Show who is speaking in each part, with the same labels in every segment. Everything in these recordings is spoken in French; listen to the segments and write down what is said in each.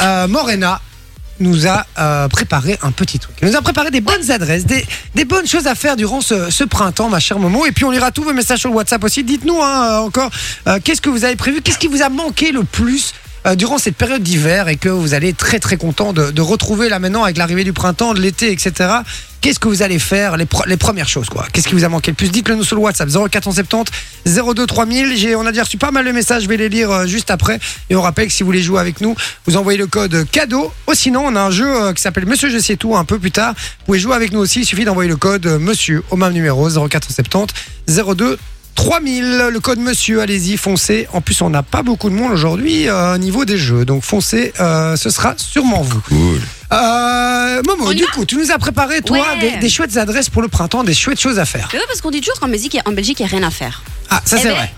Speaker 1: euh, Morena nous a euh, préparé un petit truc. Elle nous a préparé des bonnes adresses, des, des bonnes choses à faire durant ce, ce printemps, ma chère Momo. Et puis on lira tous vos messages sur le WhatsApp aussi. Dites-nous hein, euh, encore euh, qu'est-ce que vous avez prévu, qu'est-ce qui vous a manqué le plus euh, durant cette période d'hiver et que vous allez être très très content de, de retrouver là maintenant avec l'arrivée du printemps, de l'été, etc. Qu'est-ce que vous allez faire, les, pre- les premières choses quoi Qu'est-ce qui vous a manqué le plus Dites-le nous sur le WhatsApp 0470 02 3000. J'ai, on a déjà reçu pas mal de messages, je vais les lire euh, juste après. Et on rappelle que si vous voulez jouer avec nous, vous envoyez le code cadeau. Ou sinon, on a un jeu euh, qui s'appelle Monsieur Je sais tout un peu plus tard. Vous pouvez jouer avec nous aussi, il suffit d'envoyer le code euh, Monsieur au même numéro 0470 02 3000, le code monsieur, allez-y, foncez. En plus, on n'a pas beaucoup de monde aujourd'hui euh, au niveau des jeux, donc foncez, euh, ce sera sûrement vous.
Speaker 2: Cool.
Speaker 1: Euh, Momo,
Speaker 3: On y
Speaker 1: du coup, tu nous as préparé, toi,
Speaker 3: Ouais.
Speaker 1: des, des chouettes adresses pour le printemps, des chouettes choses à faire.
Speaker 3: Mais oui, parce qu'on dit toujours qu'en Belgique, il y a- en Belgique, il n'y a rien à faire.
Speaker 1: Ah, ça
Speaker 3: Eh
Speaker 1: c'est
Speaker 3: ben,
Speaker 1: vrai.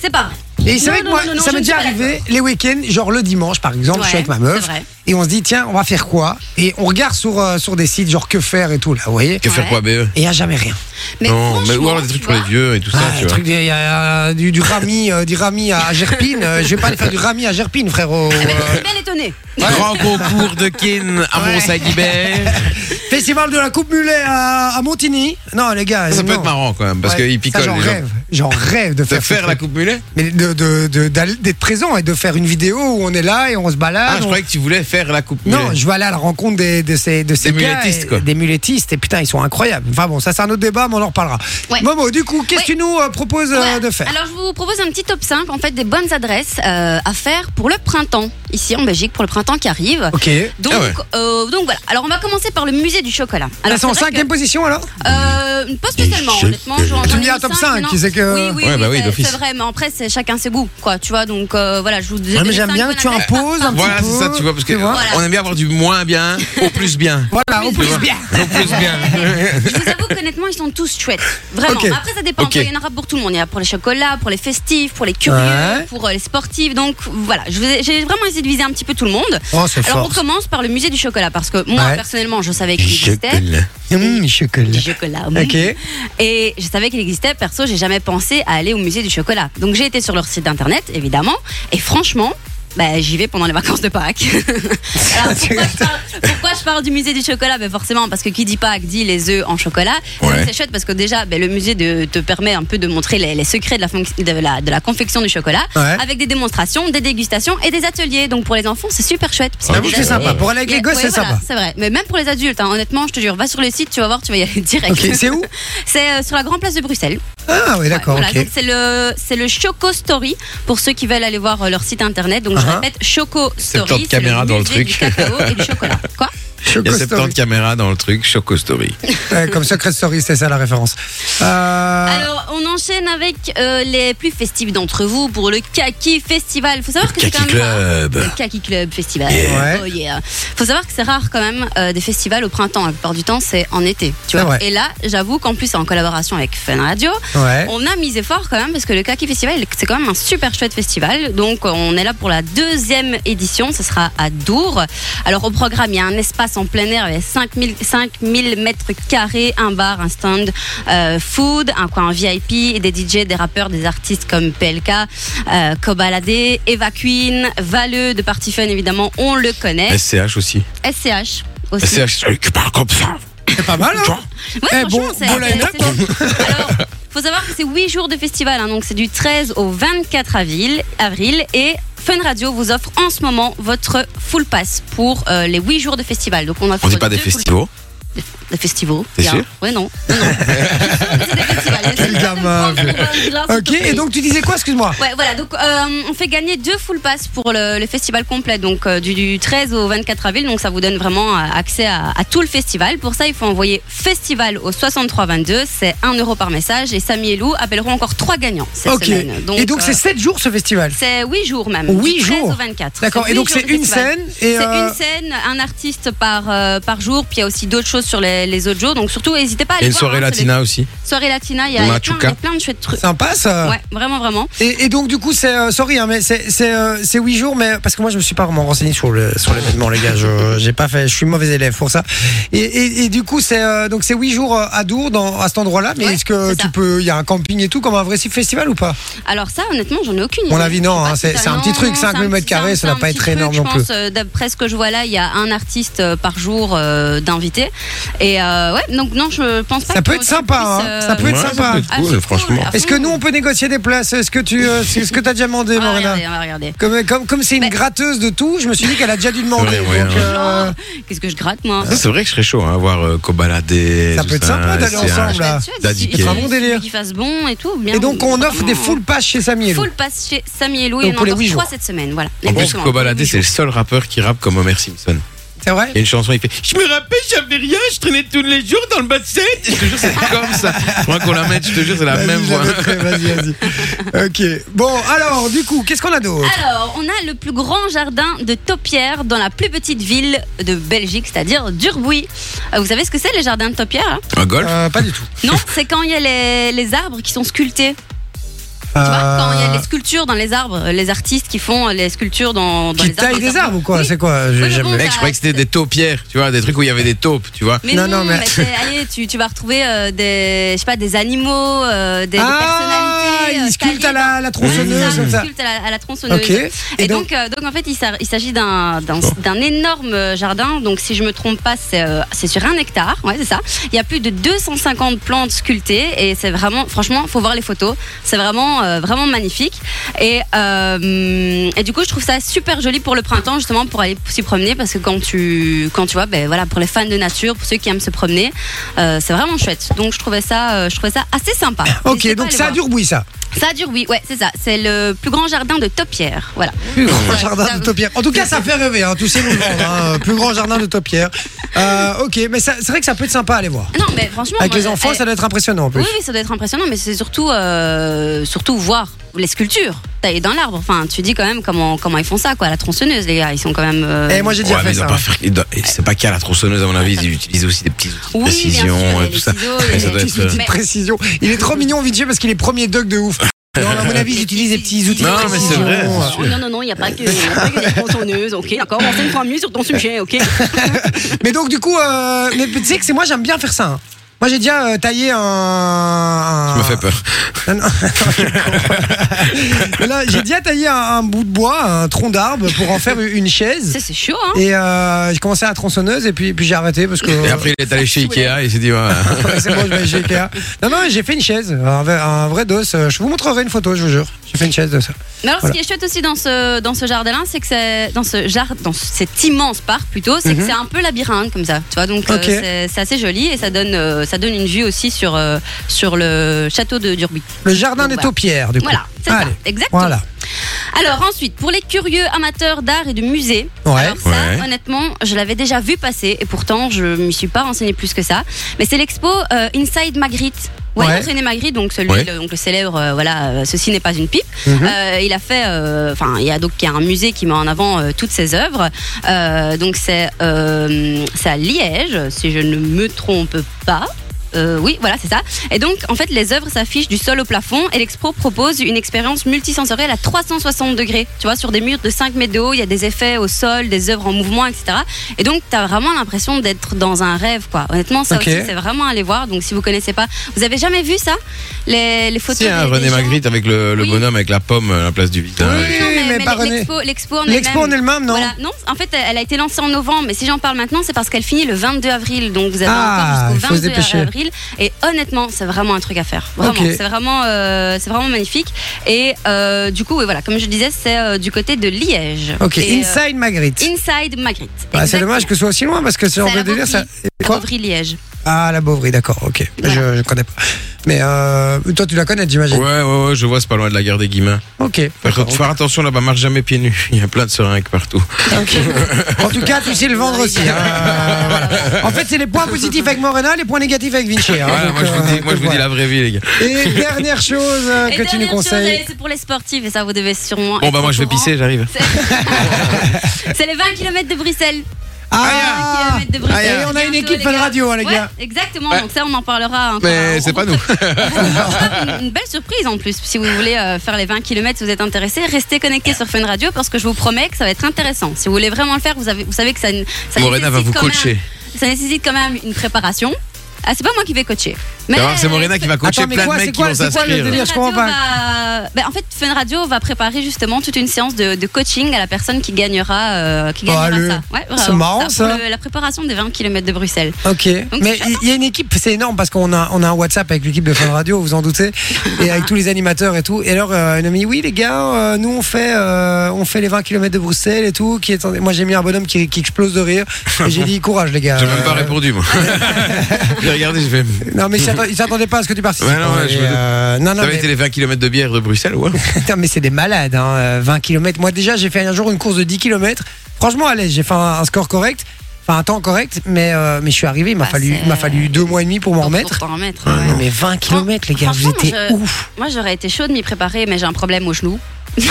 Speaker 3: C'est pas vrai.
Speaker 1: Et c'est
Speaker 3: Non,
Speaker 1: vrai que
Speaker 3: non,
Speaker 1: moi,
Speaker 3: non, non,
Speaker 1: ça
Speaker 3: je
Speaker 1: m'est
Speaker 3: ne
Speaker 1: déjà
Speaker 3: suis pas
Speaker 1: arrivé les week-ends, genre le dimanche par exemple, je suis
Speaker 3: Ouais,
Speaker 1: avec ma meuf
Speaker 3: c'est vrai.
Speaker 1: et on se dit tiens, on va faire quoi Et on regarde sur, euh, sur des sites genre que faire et tout là, vous voyez
Speaker 2: Que faire
Speaker 3: Ouais.
Speaker 2: quoi, BE
Speaker 1: Et il n'y a jamais rien.
Speaker 3: E. Mais
Speaker 2: Non, mais
Speaker 3: franchement,
Speaker 2: ou alors des trucs
Speaker 3: tu
Speaker 2: pour les
Speaker 3: vois,
Speaker 2: vieux et tout ça,
Speaker 1: Ah,
Speaker 2: tu
Speaker 1: le
Speaker 2: vois.
Speaker 1: truc, des- il y a, euh, du, du rami, euh, du rami à Gerpine. euh, je vais pas aller faire du rami à Gerpine, frérot.
Speaker 3: Mais
Speaker 1: Euh,
Speaker 3: je suis bien étonné.
Speaker 2: Grand concours de kin à
Speaker 1: Ouais.
Speaker 2: Mont-Saint-Guibert.
Speaker 1: Festival de la Coupe Mulet à, à Montigny. Non, les gars.
Speaker 2: Ça peut
Speaker 1: non.
Speaker 2: être marrant quand même, parce
Speaker 1: Ouais,
Speaker 2: qu'ils picolent
Speaker 1: ça, J'en
Speaker 2: les gens.
Speaker 1: rêve. J'en rêve de faire,
Speaker 2: De
Speaker 1: ce
Speaker 2: faire la
Speaker 1: truc.
Speaker 2: coupe mulet
Speaker 1: Mais de- de- de- d'aller- d'être présent et de faire une vidéo où on est là et on se
Speaker 2: Ah,
Speaker 1: balade.
Speaker 2: je
Speaker 1: on-
Speaker 2: croyais que tu voulais faire la coupe mulet.
Speaker 1: Non, je vais aller à la rencontre des, de ces, de ces
Speaker 2: Des
Speaker 1: gars
Speaker 2: mulettistes,
Speaker 1: et-
Speaker 2: quoi.
Speaker 1: Des mulettistes. Et putain, ils sont incroyables. Enfin bon, ça, c'est un autre débat, mais on en reparlera.
Speaker 3: Ouais.
Speaker 1: Momo, du coup, qu'est-ce que tu
Speaker 3: Ouais.
Speaker 1: nous euh, proposes euh,
Speaker 3: Voilà.
Speaker 1: de faire
Speaker 3: Alors, je vous propose un petit top 5 en fait des bonnes adresses euh, à faire pour le printemps ici en Belgique pour le printemps qui arrive.
Speaker 1: Ok.
Speaker 3: Donc,
Speaker 2: Ah ouais.
Speaker 3: euh, donc voilà. Alors on va commencer par le musée du chocolat.
Speaker 1: Là,
Speaker 3: Alors
Speaker 1: Ah, c'est en
Speaker 3: c'est vrai
Speaker 1: cinquième position alors
Speaker 3: que, euh, pas spécialement,
Speaker 2: Du
Speaker 3: honnêtement. genre,
Speaker 2: chocolat.
Speaker 1: Tu me dis un top
Speaker 3: cinq,
Speaker 1: cinq,
Speaker 3: non.
Speaker 1: qui c'est que-
Speaker 3: Oui, oui,
Speaker 2: Ouais, bah oui,
Speaker 3: c'est-
Speaker 2: d'office.
Speaker 3: c'est vrai, mais après c'est chacun ses goûts, quoi. Tu vois, donc euh, voilà, je vous
Speaker 1: Ouais,
Speaker 3: disais.
Speaker 1: Ah, mais j'aime bien que tu imposes un petit
Speaker 2: Voilà,
Speaker 1: peu.
Speaker 2: c'est ça, tu vois, parce que
Speaker 1: vois
Speaker 2: on aime bien avoir du moins bien au plus bien.
Speaker 1: Voilà, on
Speaker 2: Tu vois
Speaker 1: pousse bien.
Speaker 2: Au plus bien.
Speaker 3: Je vous avoue qu'honnêtement, ils sont tous chouettes. Vraiment.
Speaker 1: Ok.
Speaker 3: Après, ça dépend.
Speaker 2: Ok.
Speaker 3: Il y en aura pour tout le monde. Il y en a pour les chocolats, pour les festifs, pour les curieux,
Speaker 1: Ouais.
Speaker 3: pour euh, les sportifs. Donc voilà, Je vous ai- j'ai vraiment essayé de viser un petit peu tout le monde.
Speaker 1: Oh, c'est
Speaker 3: Alors
Speaker 1: fort.
Speaker 3: on commence par le musée du chocolat parce que moi
Speaker 1: Ouais.
Speaker 3: personnellement, je savais qu'il existait.
Speaker 1: Hum, chocolat.
Speaker 3: Du chocolat. mm.
Speaker 1: Ok.
Speaker 3: Et je savais qu'il existait. Perso, j'ai jamais pensé à aller au musée du chocolat. Donc j'ai été sur leur site internet, évidemment. Et franchement. bah, j'y vais pendant les vacances de Pâques.
Speaker 1: Ah,
Speaker 3: Alors, pourquoi, je parle, pourquoi je parle du musée du chocolat Ben Forcément, parce que qui dit Pâques dit les œufs en chocolat.
Speaker 2: Ouais.
Speaker 3: Donc, C'est chouette parce que déjà, ben, le musée de- te permet un peu de montrer les, les secrets de la, fonc- de, la, de la confection du chocolat
Speaker 1: Ouais.
Speaker 3: avec des démonstrations, des dégustations et des ateliers. Donc pour les enfants, c'est super chouette. parce qu'il y a
Speaker 1: J'avoue
Speaker 3: des
Speaker 1: que Ah c'est
Speaker 3: ateliers.
Speaker 1: sympa. Pour aller avec les
Speaker 3: Ouais,
Speaker 1: gosses,
Speaker 3: ouais,
Speaker 1: c'est
Speaker 3: voilà,
Speaker 1: sympa.
Speaker 3: C'est vrai. Mais même pour les adultes, hein, honnêtement, je te jure, va sur le site, tu vas voir, tu vas y aller direct.
Speaker 1: Ok, c'est où
Speaker 3: C'est euh, sur la Grand Place de Bruxelles.
Speaker 1: Ah oui,
Speaker 3: Ouais,
Speaker 1: d'accord,
Speaker 3: voilà.
Speaker 1: ok.
Speaker 3: Donc, C'est le, c'est le Choco Story pour ceux qui veulent aller voir euh, leur site internet. Donc je
Speaker 1: Uh-huh.
Speaker 3: répète, Choco
Speaker 2: plein de
Speaker 3: Story. C'est
Speaker 2: caméras dans le
Speaker 3: musée
Speaker 2: truc.
Speaker 3: Du cacao et du chocolat. Quoi
Speaker 2: Il y a
Speaker 1: Choco
Speaker 2: 70
Speaker 1: Story.
Speaker 2: caméras dans le truc, Choco Story.
Speaker 1: Ouais, comme Secret Story, c'est ça la référence. Euh,
Speaker 3: Alors on enchaîne avec euh, les plus festifs d'entre vous pour le Kaki Festival. Faut savoir que c'est
Speaker 2: Kaki
Speaker 3: quand même. rare.
Speaker 2: Club.
Speaker 3: Le Kaki Club Festival.
Speaker 1: Yeah.
Speaker 3: Oh yeah. Faut savoir que c'est rare quand même euh, des festivals au printemps. La plupart du temps, c'est en été. Tu
Speaker 1: C'est
Speaker 3: vois.
Speaker 1: vrai.
Speaker 3: Et là, j'avoue qu'en plus, en collaboration avec Fun Radio,
Speaker 1: Ouais.
Speaker 3: on a misé fort quand même parce que le Kaki Festival, c'est quand même un super chouette festival. Donc, euh, on est là pour la deuxième édition. Ce sera à Dour. Alors, au programme, il y a un espace en plein air. Il y a 5000, 5000 mètres carrés, un bar, un stand euh, food, un coin VIP, et des DJ, des rappeurs, des artistes comme PLK, euh, Kobalade, Eva Queen, Valeux de Party Fun, évidemment, on le connaît.
Speaker 2: SCH aussi.
Speaker 3: SCH aussi.
Speaker 2: SCH, tu parles comme ça.
Speaker 1: C'est pas mal, hein
Speaker 2: Toi
Speaker 3: Ouais,
Speaker 1: Eh,
Speaker 3: franchement,
Speaker 1: bon-
Speaker 3: c'est-
Speaker 1: bon
Speaker 3: c'est-
Speaker 1: line-up, hein.
Speaker 3: c'est- Alors, faut savoir que c'est 8 jours de festival, hein, donc c'est du 13 au 24 avril, avril et Fun Radio vous offre en ce moment votre full pass pour euh, les 8 jours de festival. Donc on,
Speaker 2: On dit pas des
Speaker 3: festivals.
Speaker 2: festivals.
Speaker 3: Des festivals.
Speaker 2: T'es
Speaker 3: bien.
Speaker 2: sûr
Speaker 3: Ouais, non. non, non. C'est des hein, festivals.
Speaker 1: Quel gamin,
Speaker 3: C'est- c'est- c'est-
Speaker 1: Ok, et donc tu disais quoi, excuse-moi
Speaker 3: Ouais, voilà, donc euh, on fait gagner deux full pass pour le, le festival complet, donc euh, du, du 13 au 24 avril, donc ça vous donne vraiment euh, accès à, à tout le festival. Pour ça, il faut envoyer festival au 6322, c'est 1 euro par message, et Samy et Lou appelleront encore trois gagnants cette
Speaker 1: Ok.
Speaker 3: semaine.
Speaker 1: et donc c'est
Speaker 3: euh,
Speaker 1: 7 jours ce festival
Speaker 3: c'est 8 jours même,
Speaker 1: Huit
Speaker 3: du 13
Speaker 1: jours.
Speaker 3: au 24.
Speaker 1: D'accord,
Speaker 3: C'est
Speaker 1: et
Speaker 3: huit
Speaker 1: donc
Speaker 3: jours
Speaker 1: c'est
Speaker 3: de
Speaker 1: une
Speaker 3: festival.
Speaker 1: scène et.
Speaker 3: C'est
Speaker 1: euh,
Speaker 3: une scène, un artiste par, euh, par jour, puis il y a aussi d'autres choses sur les, les autres jours, donc surtout n'hésitez pas à
Speaker 2: Et
Speaker 3: aller
Speaker 2: une
Speaker 3: voir,
Speaker 2: soirée
Speaker 3: hein, c'est les-
Speaker 2: latina aussi.
Speaker 3: Soirée latina, il y a
Speaker 2: Nacho
Speaker 3: Hector plein, il y
Speaker 2: Chouka.
Speaker 3: a plein de chouettes trucs.
Speaker 1: Sympa ça.
Speaker 3: Ouais, vraiment, vraiment.
Speaker 1: Et, et donc du coup c'est euh, sorry hein, mais c'est c'est euh, c'est huit jours mais parce que moi je me suis pas vraiment renseigné sur le sur l'événement les gars je j'ai pas fait je suis mauvais élève pour ça et, et, et du coup c'est euh, donc c'est huit jours euh, à Dour dans à cet endroit là mais
Speaker 3: Ouais,
Speaker 1: est-ce que
Speaker 3: c'est
Speaker 1: tu
Speaker 3: ça.
Speaker 1: peux il y a un camping et tout comme un vrai festival ou pas
Speaker 3: Alors ça, honnêtement, j'en ai aucune idée.
Speaker 1: Mon avis, non, hein,
Speaker 3: Ah,
Speaker 1: c'est- c'est un
Speaker 3: non,
Speaker 1: petit truc,
Speaker 3: c'est
Speaker 1: 5
Speaker 3: un
Speaker 1: 000
Speaker 3: petit-
Speaker 1: mètres carrés,
Speaker 3: c'est
Speaker 1: ça
Speaker 3: un
Speaker 1: doit pas
Speaker 3: petit
Speaker 1: être énorme
Speaker 3: truc,
Speaker 1: non
Speaker 3: je
Speaker 1: plus.
Speaker 3: pense, euh, D'après ce que je vois là, il y a un artiste euh, par jour euh, d'invité. Et euh, ouais, donc non, je euh, pense pas.
Speaker 1: Ça
Speaker 3: que
Speaker 1: peut être
Speaker 3: tu
Speaker 1: sympa,
Speaker 3: puisses,
Speaker 1: hein, ça peut être
Speaker 2: Ouais, ça
Speaker 1: sympa.
Speaker 2: peut être
Speaker 3: Ah,
Speaker 2: cool,
Speaker 3: c'est
Speaker 2: franchement.
Speaker 3: cool, à
Speaker 1: Est-ce que
Speaker 3: fond.
Speaker 1: nous on peut négocier des places est-ce que tu euh, c'est ce que t'as déjà demandé
Speaker 3: On va
Speaker 1: Morena
Speaker 3: regarder, Ah, on va regarder.
Speaker 1: comme comme comme c'est une
Speaker 3: Mais-
Speaker 1: gratteuse de tout je me suis dit qu'elle a déjà dû demander
Speaker 2: Ouais, ouais,
Speaker 1: donc,
Speaker 2: ouais.
Speaker 1: euh,
Speaker 3: Genre, Qu'est-ce que je gratte moi
Speaker 2: Ça, c'est vrai que je serais chaud hein, à voir euh, Kobalade.
Speaker 1: Ça
Speaker 2: tout
Speaker 1: peut être sympa d'aller
Speaker 2: c'est un-
Speaker 1: ensemble,
Speaker 3: Bah,
Speaker 1: là.
Speaker 2: Daddy
Speaker 1: C'est
Speaker 2: Kay.
Speaker 1: un bon délire.
Speaker 3: Qu'il fasse bon et tout. Bien,
Speaker 1: et donc on offre des
Speaker 3: vraiment.
Speaker 1: full pass chez Samy et Lou.
Speaker 3: Full pass chez Samy et Louis.
Speaker 1: Donc,
Speaker 3: on
Speaker 1: pour les
Speaker 3: en
Speaker 1: huit
Speaker 3: offre trois
Speaker 1: jours.
Speaker 3: cette semaine. Voilà.
Speaker 2: En plus,
Speaker 3: Exactement,
Speaker 2: Kobalade,
Speaker 3: pour les
Speaker 2: c'est
Speaker 3: huit
Speaker 2: le seul rappeur qui rappe comme Homer Simpson.
Speaker 1: c'est vrai
Speaker 2: Il y a une chanson, il fait Je me rappelle, j'avais rien, je traînais tous les jours dans le bassin. Je te jure, c'est comme ça. Moi qu'on la mette, je te jure, c'est la
Speaker 1: Vas-y,
Speaker 2: Ah, même voix.
Speaker 1: j'adopterai, Vas-y, vas-y. ok. Bon, alors, du coup, qu'est-ce qu'on a d'autre
Speaker 3: Alors, on a le plus grand jardin de taupières dans la plus petite ville de Belgique, c'est-à-dire Durbuy. Euh, Vous savez ce que c'est les jardins de taupières hein
Speaker 2: Un golf
Speaker 1: Euh, Pas du tout.
Speaker 3: Non, c'est quand il y a les, les arbres qui sont sculptés. Tu vois, quand
Speaker 1: Euh,
Speaker 3: il y a les sculptures dans les arbres, euh, les artistes qui font euh, les sculptures dans, dans
Speaker 1: Qui
Speaker 3: les arbres.
Speaker 1: taille des
Speaker 3: notamment.
Speaker 1: arbres ou quoi
Speaker 3: Oui.
Speaker 1: C'est quoi J'ai
Speaker 3: Oui, mais
Speaker 1: jamais-
Speaker 3: bon,
Speaker 2: Mec, je croyais que c'était des taupières, tu vois, des trucs où il y avait des taupes, tu vois.
Speaker 3: Ah, Mais
Speaker 1: Non,
Speaker 3: non,
Speaker 1: non, mais-
Speaker 3: mais, c'est- allez, tu, tu vas retrouver euh, des, je sais pas, des animaux, euh, des, des
Speaker 1: Ah,
Speaker 3: personnalités.
Speaker 1: il
Speaker 3: euh,
Speaker 1: sculpte à
Speaker 3: taillées
Speaker 1: la, la
Speaker 3: Ouais, c'est
Speaker 1: tronçonneuse
Speaker 3: ça,
Speaker 1: comme ça.
Speaker 3: sculpte à la, à la tronçonneuse.
Speaker 1: Ok.
Speaker 3: Et,
Speaker 1: Et
Speaker 3: donc, euh, donc, en fait, il s'ar- il s'agit d'un d'un- d'un énorme euh, jardin. Donc, si je me trompe pas, c'est euh, c'est sur un hectare. Ouais, c'est ça. Il y a plus de 250 plantes sculptées et c'est vraiment, franchement, faut voir les photos. C'est vraiment, euh, vraiment magnifique. Et, euh, et du coup, je trouve ça super joli pour le printemps, justement, pour aller s'y promener parce que quand tu, quand tu vois, ben voilà, pour les fans de nature, pour ceux qui aiment se promener, euh, c'est vraiment chouette. Donc, je trouvais ça, euh, je trouvais ça assez sympa. N'hésitez
Speaker 1: Ok,
Speaker 3: pas à
Speaker 1: donc
Speaker 3: aller
Speaker 1: ça
Speaker 3: voir.
Speaker 1: dure bruit ça.
Speaker 3: Ça dure, oui, ouais, c'est ça. C'est le plus grand jardin de Topière. Voilà.
Speaker 1: Grand
Speaker 3: Ouais,
Speaker 1: jardin
Speaker 3: ça-
Speaker 1: de taupières. En tout cas, ça fait rêver, hein, tous ces nous le vendent, hein, Plus grand jardin de taupières. Euh, ok, mais ça- c'est vrai que ça peut être sympa à aller voir.
Speaker 3: Non, mais franchement.
Speaker 1: Avec
Speaker 3: moi,
Speaker 1: les
Speaker 3: je-
Speaker 1: enfants,
Speaker 3: eh,
Speaker 1: ça doit être impressionnant en
Speaker 3: Oui,
Speaker 1: plus.
Speaker 3: oui, ça doit être impressionnant, mais c'est surtout, euh, surtout voir les sculptures taillées dans l'arbre. Enfin, tu dis quand même comment, comment ils font ça, quoi. La tronçonneuse, les gars, ils sont quand même. euh,
Speaker 1: Et Eh, moi, j'ai
Speaker 2: Ouais,
Speaker 1: déjà
Speaker 2: mais
Speaker 1: fait
Speaker 2: ils doivent
Speaker 1: ça.
Speaker 2: pas faire- ils doivent- et C'est pas qu'à la tronçonneuse, à mon avis, ils utilisent aussi des petits outils de
Speaker 3: Oui, bien sûr,
Speaker 2: précision
Speaker 3: il y a
Speaker 2: et
Speaker 3: les
Speaker 2: tout ça.
Speaker 3: ciseaux, il y a
Speaker 2: Et ça
Speaker 3: les
Speaker 2: doit
Speaker 3: petits
Speaker 2: être.
Speaker 1: Petite
Speaker 2: euh,
Speaker 3: Mais-
Speaker 1: précision. Il est trop mignon, Vidier, parce qu'il est premier dog de ouf. Non, à mon avis, ils utilisent des petits outils. de
Speaker 2: Non, mais c'est
Speaker 1: précision.
Speaker 2: vrai, c'est
Speaker 3: Oh, Non, non, non, il n'y a pas que, y a pas que des tronçonneuses, ok, d'accord, renseigne-toi mieux sur ton sujet, ok.
Speaker 1: Mais donc du coup, euh, mais tu sais que c'est moi j'aime bien faire ça. hein. Moi j'ai déjà euh, taillé un.
Speaker 2: Je me fais peur.
Speaker 1: Non, non. Mais là j'ai déjà taillé un, un bout de bois, un tronc d'arbre pour en faire une chaise.
Speaker 3: Ça, c'est chaud, hein.
Speaker 1: Et euh, j'ai commencé à la tronçonneuse et puis puis j'ai arrêté parce que.
Speaker 2: Et après, il est allé chez Ikea et il s'est dit ouais.
Speaker 1: Ouais, c'est bon, je vais chez Ikea. Non non, j'ai fait une chaise, un, vrai- un vrai dos. euh, Je vous montrerai une photo, je vous jure. J'ai fait une chaise de ça.
Speaker 3: Mais alors,
Speaker 1: Voilà.
Speaker 3: ce qui est chouette aussi dans ce, dans ce jardin-là, c'est que c'est dans ce jardin, dans cet immense parc plutôt, c'est que
Speaker 1: Mhm.
Speaker 3: c'est un peu labyrinthe comme ça, tu vois. Donc, euh,
Speaker 1: Ok.
Speaker 3: c'est- c'est assez joli et ça donne, euh, ça donne une vue aussi sur, euh, sur le château de Durbuy.
Speaker 1: Le jardin
Speaker 3: Donc,
Speaker 1: des
Speaker 3: voilà.
Speaker 1: taupières du coup.
Speaker 3: bah. Voilà, c'est ça,
Speaker 1: Allez.
Speaker 3: exactement.
Speaker 1: Voilà.
Speaker 3: Alors ensuite, pour les curieux amateurs d'art et de musée,
Speaker 1: Ouais.
Speaker 3: alors ça,
Speaker 2: Ouais.
Speaker 3: honnêtement, je l'avais déjà vu passer et pourtant je m'y suis pas renseigné plus que ça. Mais c'est l'expo euh, Inside Magritte. Ouais,
Speaker 1: Ouais.
Speaker 3: René Magritte, donc celui,
Speaker 2: Ouais.
Speaker 3: le, donc le célèbre, euh, voilà, euh, ceci n'est pas une pipe.
Speaker 1: Mhm.
Speaker 3: Euh, il a fait, euh, enfin, il y a donc il y a un musée qui met en avant euh, toutes ses œuvres. Euh, donc c'est, euh, c'est à Liège, si je ne me trompe pas. Euh, oui, voilà, c'est ça. Et donc, en fait, les œuvres s'affichent du sol au plafond et l'expo propose une expérience multisensorielle à 360 degrés. Tu vois, sur des murs de 5 mètres de haut, il y a des effets au sol, des œuvres en mouvement, etc. Et donc, tu as vraiment l'impression d'être dans un rêve, quoi. Honnêtement, ça
Speaker 1: Ok.
Speaker 3: aussi, c'est vraiment à aller voir. Donc, si vous connaissez pas, vous avez jamais vu ça Les, les photos
Speaker 2: C'est un
Speaker 1: hein,
Speaker 3: des- des
Speaker 2: René
Speaker 3: gens
Speaker 2: Magritte avec le, le
Speaker 3: Oui.
Speaker 2: bonhomme avec la pomme à la place du vide. hein.
Speaker 3: oui,
Speaker 1: Oui,
Speaker 3: non,
Speaker 1: mais
Speaker 3: mais,
Speaker 1: pas
Speaker 3: mais
Speaker 1: René.
Speaker 3: l'expo- l'expo en
Speaker 1: L'expo en
Speaker 3: elle-même.
Speaker 1: elle-même, non
Speaker 3: Voilà. Non, en fait, elle a été lancée en novembre, mais si j'en parle maintenant, c'est parce qu'elle finit le 22 avril, donc vous avez
Speaker 1: Ah, il faut
Speaker 3: encore jusqu'au
Speaker 1: se
Speaker 3: 22
Speaker 1: dépêcher.
Speaker 3: avril. Et honnêtement, c'est vraiment un truc à faire. Vraiment,
Speaker 1: Ok.
Speaker 3: c'est vraiment, euh, c'est vraiment magnifique. Et euh, du coup, oui, voilà, comme je disais, c'est euh, du côté de Liège.
Speaker 1: Ok.
Speaker 3: Et, euh,
Speaker 1: Inside Magritte.
Speaker 3: Inside Magritte.
Speaker 1: Bah, c'est dommage que ce soit aussi loin parce que c'est en
Speaker 3: C'est
Speaker 1: vrai
Speaker 3: à la
Speaker 1: délire. Ça... Quoi
Speaker 3: Pauvre Liège.
Speaker 1: Ah, la Bovry, d'accord, ok.
Speaker 3: Voilà.
Speaker 1: Je, je connais pas. Mais euh, toi, tu la connais, j'imagine.
Speaker 2: Ouais, ouais, ouais, je vois, c'est pas loin de la gare des Guillemins.
Speaker 1: Ok.
Speaker 2: Par contre, faire attention là-bas, marche jamais pieds nus. Il y a plein de seringues partout.
Speaker 1: En tout cas, tu sais le vendre aussi. hein. Euh, voilà. En fait, c'est les points positifs avec Morena, les points négatifs avec Vinci. hein.
Speaker 2: Voilà,
Speaker 1: Donc,
Speaker 2: moi je vous
Speaker 1: euh,
Speaker 2: dis, moi, je vous dis la vraie vie, les gars.
Speaker 1: Et dernière chose euh,
Speaker 3: Et
Speaker 1: que tu nous
Speaker 3: dernière chose,
Speaker 1: conseilles.
Speaker 3: allez, c'est pour les sportifs, et ça, vous devez sûrement.
Speaker 2: Bon,
Speaker 3: être
Speaker 2: bah,
Speaker 3: au
Speaker 2: moi je vais
Speaker 3: courant.
Speaker 2: pisser, j'arrive.
Speaker 3: C'est les 20 km de Bruxelles.
Speaker 1: Ah,
Speaker 3: kilomètres de Bruxelles.
Speaker 1: Et on a une
Speaker 3: Bientôt,
Speaker 1: équipe Fun
Speaker 3: gars.
Speaker 1: Radio, hein, les
Speaker 3: Ouais,
Speaker 1: gars.
Speaker 3: Exactement,
Speaker 2: Ouais.
Speaker 3: donc ça, on en parlera. hein,
Speaker 2: Mais
Speaker 3: quand
Speaker 2: c'est
Speaker 3: on
Speaker 2: pas nous.
Speaker 3: une, une belle surprise en plus. Si vous voulez euh, faire les 20 km, si vous êtes intéressé, restez connectés sur Fun Radio parce que je vous promets que ça va être intéressant. Si vous voulez vraiment le faire, vous, avez- vous savez que ça, n- ça
Speaker 2: Morena
Speaker 3: nécessite
Speaker 2: va vous
Speaker 3: quand même-
Speaker 2: coacher.
Speaker 3: ça nécessite quand même une préparation. Ah, c'est pas moi qui vais coacher. Mais
Speaker 2: Tu vas voir, C'est Morena qui va coacher
Speaker 1: Attends, mais
Speaker 2: plein
Speaker 1: quoi,
Speaker 2: de
Speaker 1: c'est
Speaker 2: mecs qui
Speaker 1: quoi-
Speaker 2: vont
Speaker 1: c'est quoi le
Speaker 2: s'inscrire.
Speaker 1: délire Je comprends
Speaker 3: Radio va- ben, en fait, Fun Radio va préparer justement toute une séance de, de coaching à la personne qui gagnera, euh, qui gagnera
Speaker 1: Bah, Allez.
Speaker 3: ça. Ouais,
Speaker 1: C'est marrant,
Speaker 3: pour
Speaker 1: ça.
Speaker 3: le- la préparation des 20 km de Bruxelles.
Speaker 1: Ok. Mais il y a une équipe, c'est énorme parce qu'on a, on a un WhatsApp avec l'équipe de Fun Radio, vous en doutez, et avec tous les animateurs et tout. Et alors, euh, elle a mis oui, les gars, euh, nous on fait, euh, on fait les 20 km de Bruxelles et tout. Qui est en- Moi j'ai mis un bonhomme qui, qui explose de rire. Et j'ai dit courage, les gars.
Speaker 2: J'ai même pas
Speaker 1: Euh,
Speaker 2: répondu, moi. J'ai regardé, j'ai fait.
Speaker 1: Non, mais ils s'atta- ils s'attendaient pas à ce que tu participes.
Speaker 2: Ouais, non, ouais, je me
Speaker 1: Et, euh, non, non,
Speaker 2: Ça avait
Speaker 1: mais-
Speaker 2: été les 20 km de bière de Bruxelles, ouais.
Speaker 1: Putain, mais c'est des malades, hein, euh, 20 km. Moi, déjà, j'ai fait un jour une course de 10 km. Franchement, à l'aise, j'ai fait un, un score correct, enfin un temps correct, mais, euh, mais je suis arrivé. Il m'a
Speaker 3: Bah,
Speaker 1: fallu,
Speaker 3: c'est-
Speaker 1: il m'a fallu deux mois et demi pour m'en remettre.
Speaker 3: Pour t'en remettre,
Speaker 2: Ah,
Speaker 3: ouais.
Speaker 1: Ouais, mais 20 km, les gars, vous
Speaker 3: Franchement,
Speaker 1: étiez
Speaker 3: moi, je-
Speaker 1: ouf.
Speaker 3: Moi, j'aurais été chaud de m'y préparer, mais j'ai un problème au genou.
Speaker 1: Ouais,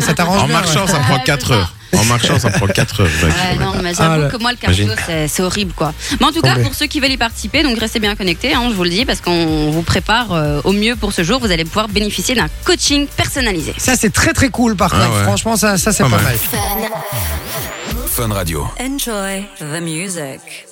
Speaker 1: ça t'arrange
Speaker 2: En
Speaker 1: bien.
Speaker 2: marchant, ça prend 4 heures. En marchant, ça prend 4 heures. vingt
Speaker 3: Ouais,
Speaker 2: kilomètres.
Speaker 3: non, mais
Speaker 1: Ah,
Speaker 3: j'avoue
Speaker 1: là.
Speaker 3: que moi, le cardio,
Speaker 2: Imagine.
Speaker 3: c'est- c'est horrible, quoi. Mais en tout cas,
Speaker 1: Tombé.
Speaker 3: pour ceux qui veulent y participer, donc restez bien connectés, hein, je vous le dis, parce qu'on vous prépare euh, au mieux pour ce jour. Vous allez pouvoir bénéficier d'un coaching personnalisé.
Speaker 1: Ça, c'est très très cool, par
Speaker 2: Ah
Speaker 1: contre.
Speaker 2: ouais.
Speaker 1: Franchement, ça, ça c'est
Speaker 2: Pas
Speaker 1: pas
Speaker 2: mal.
Speaker 1: mal.
Speaker 4: Fun Radio.
Speaker 5: Enjoy the music.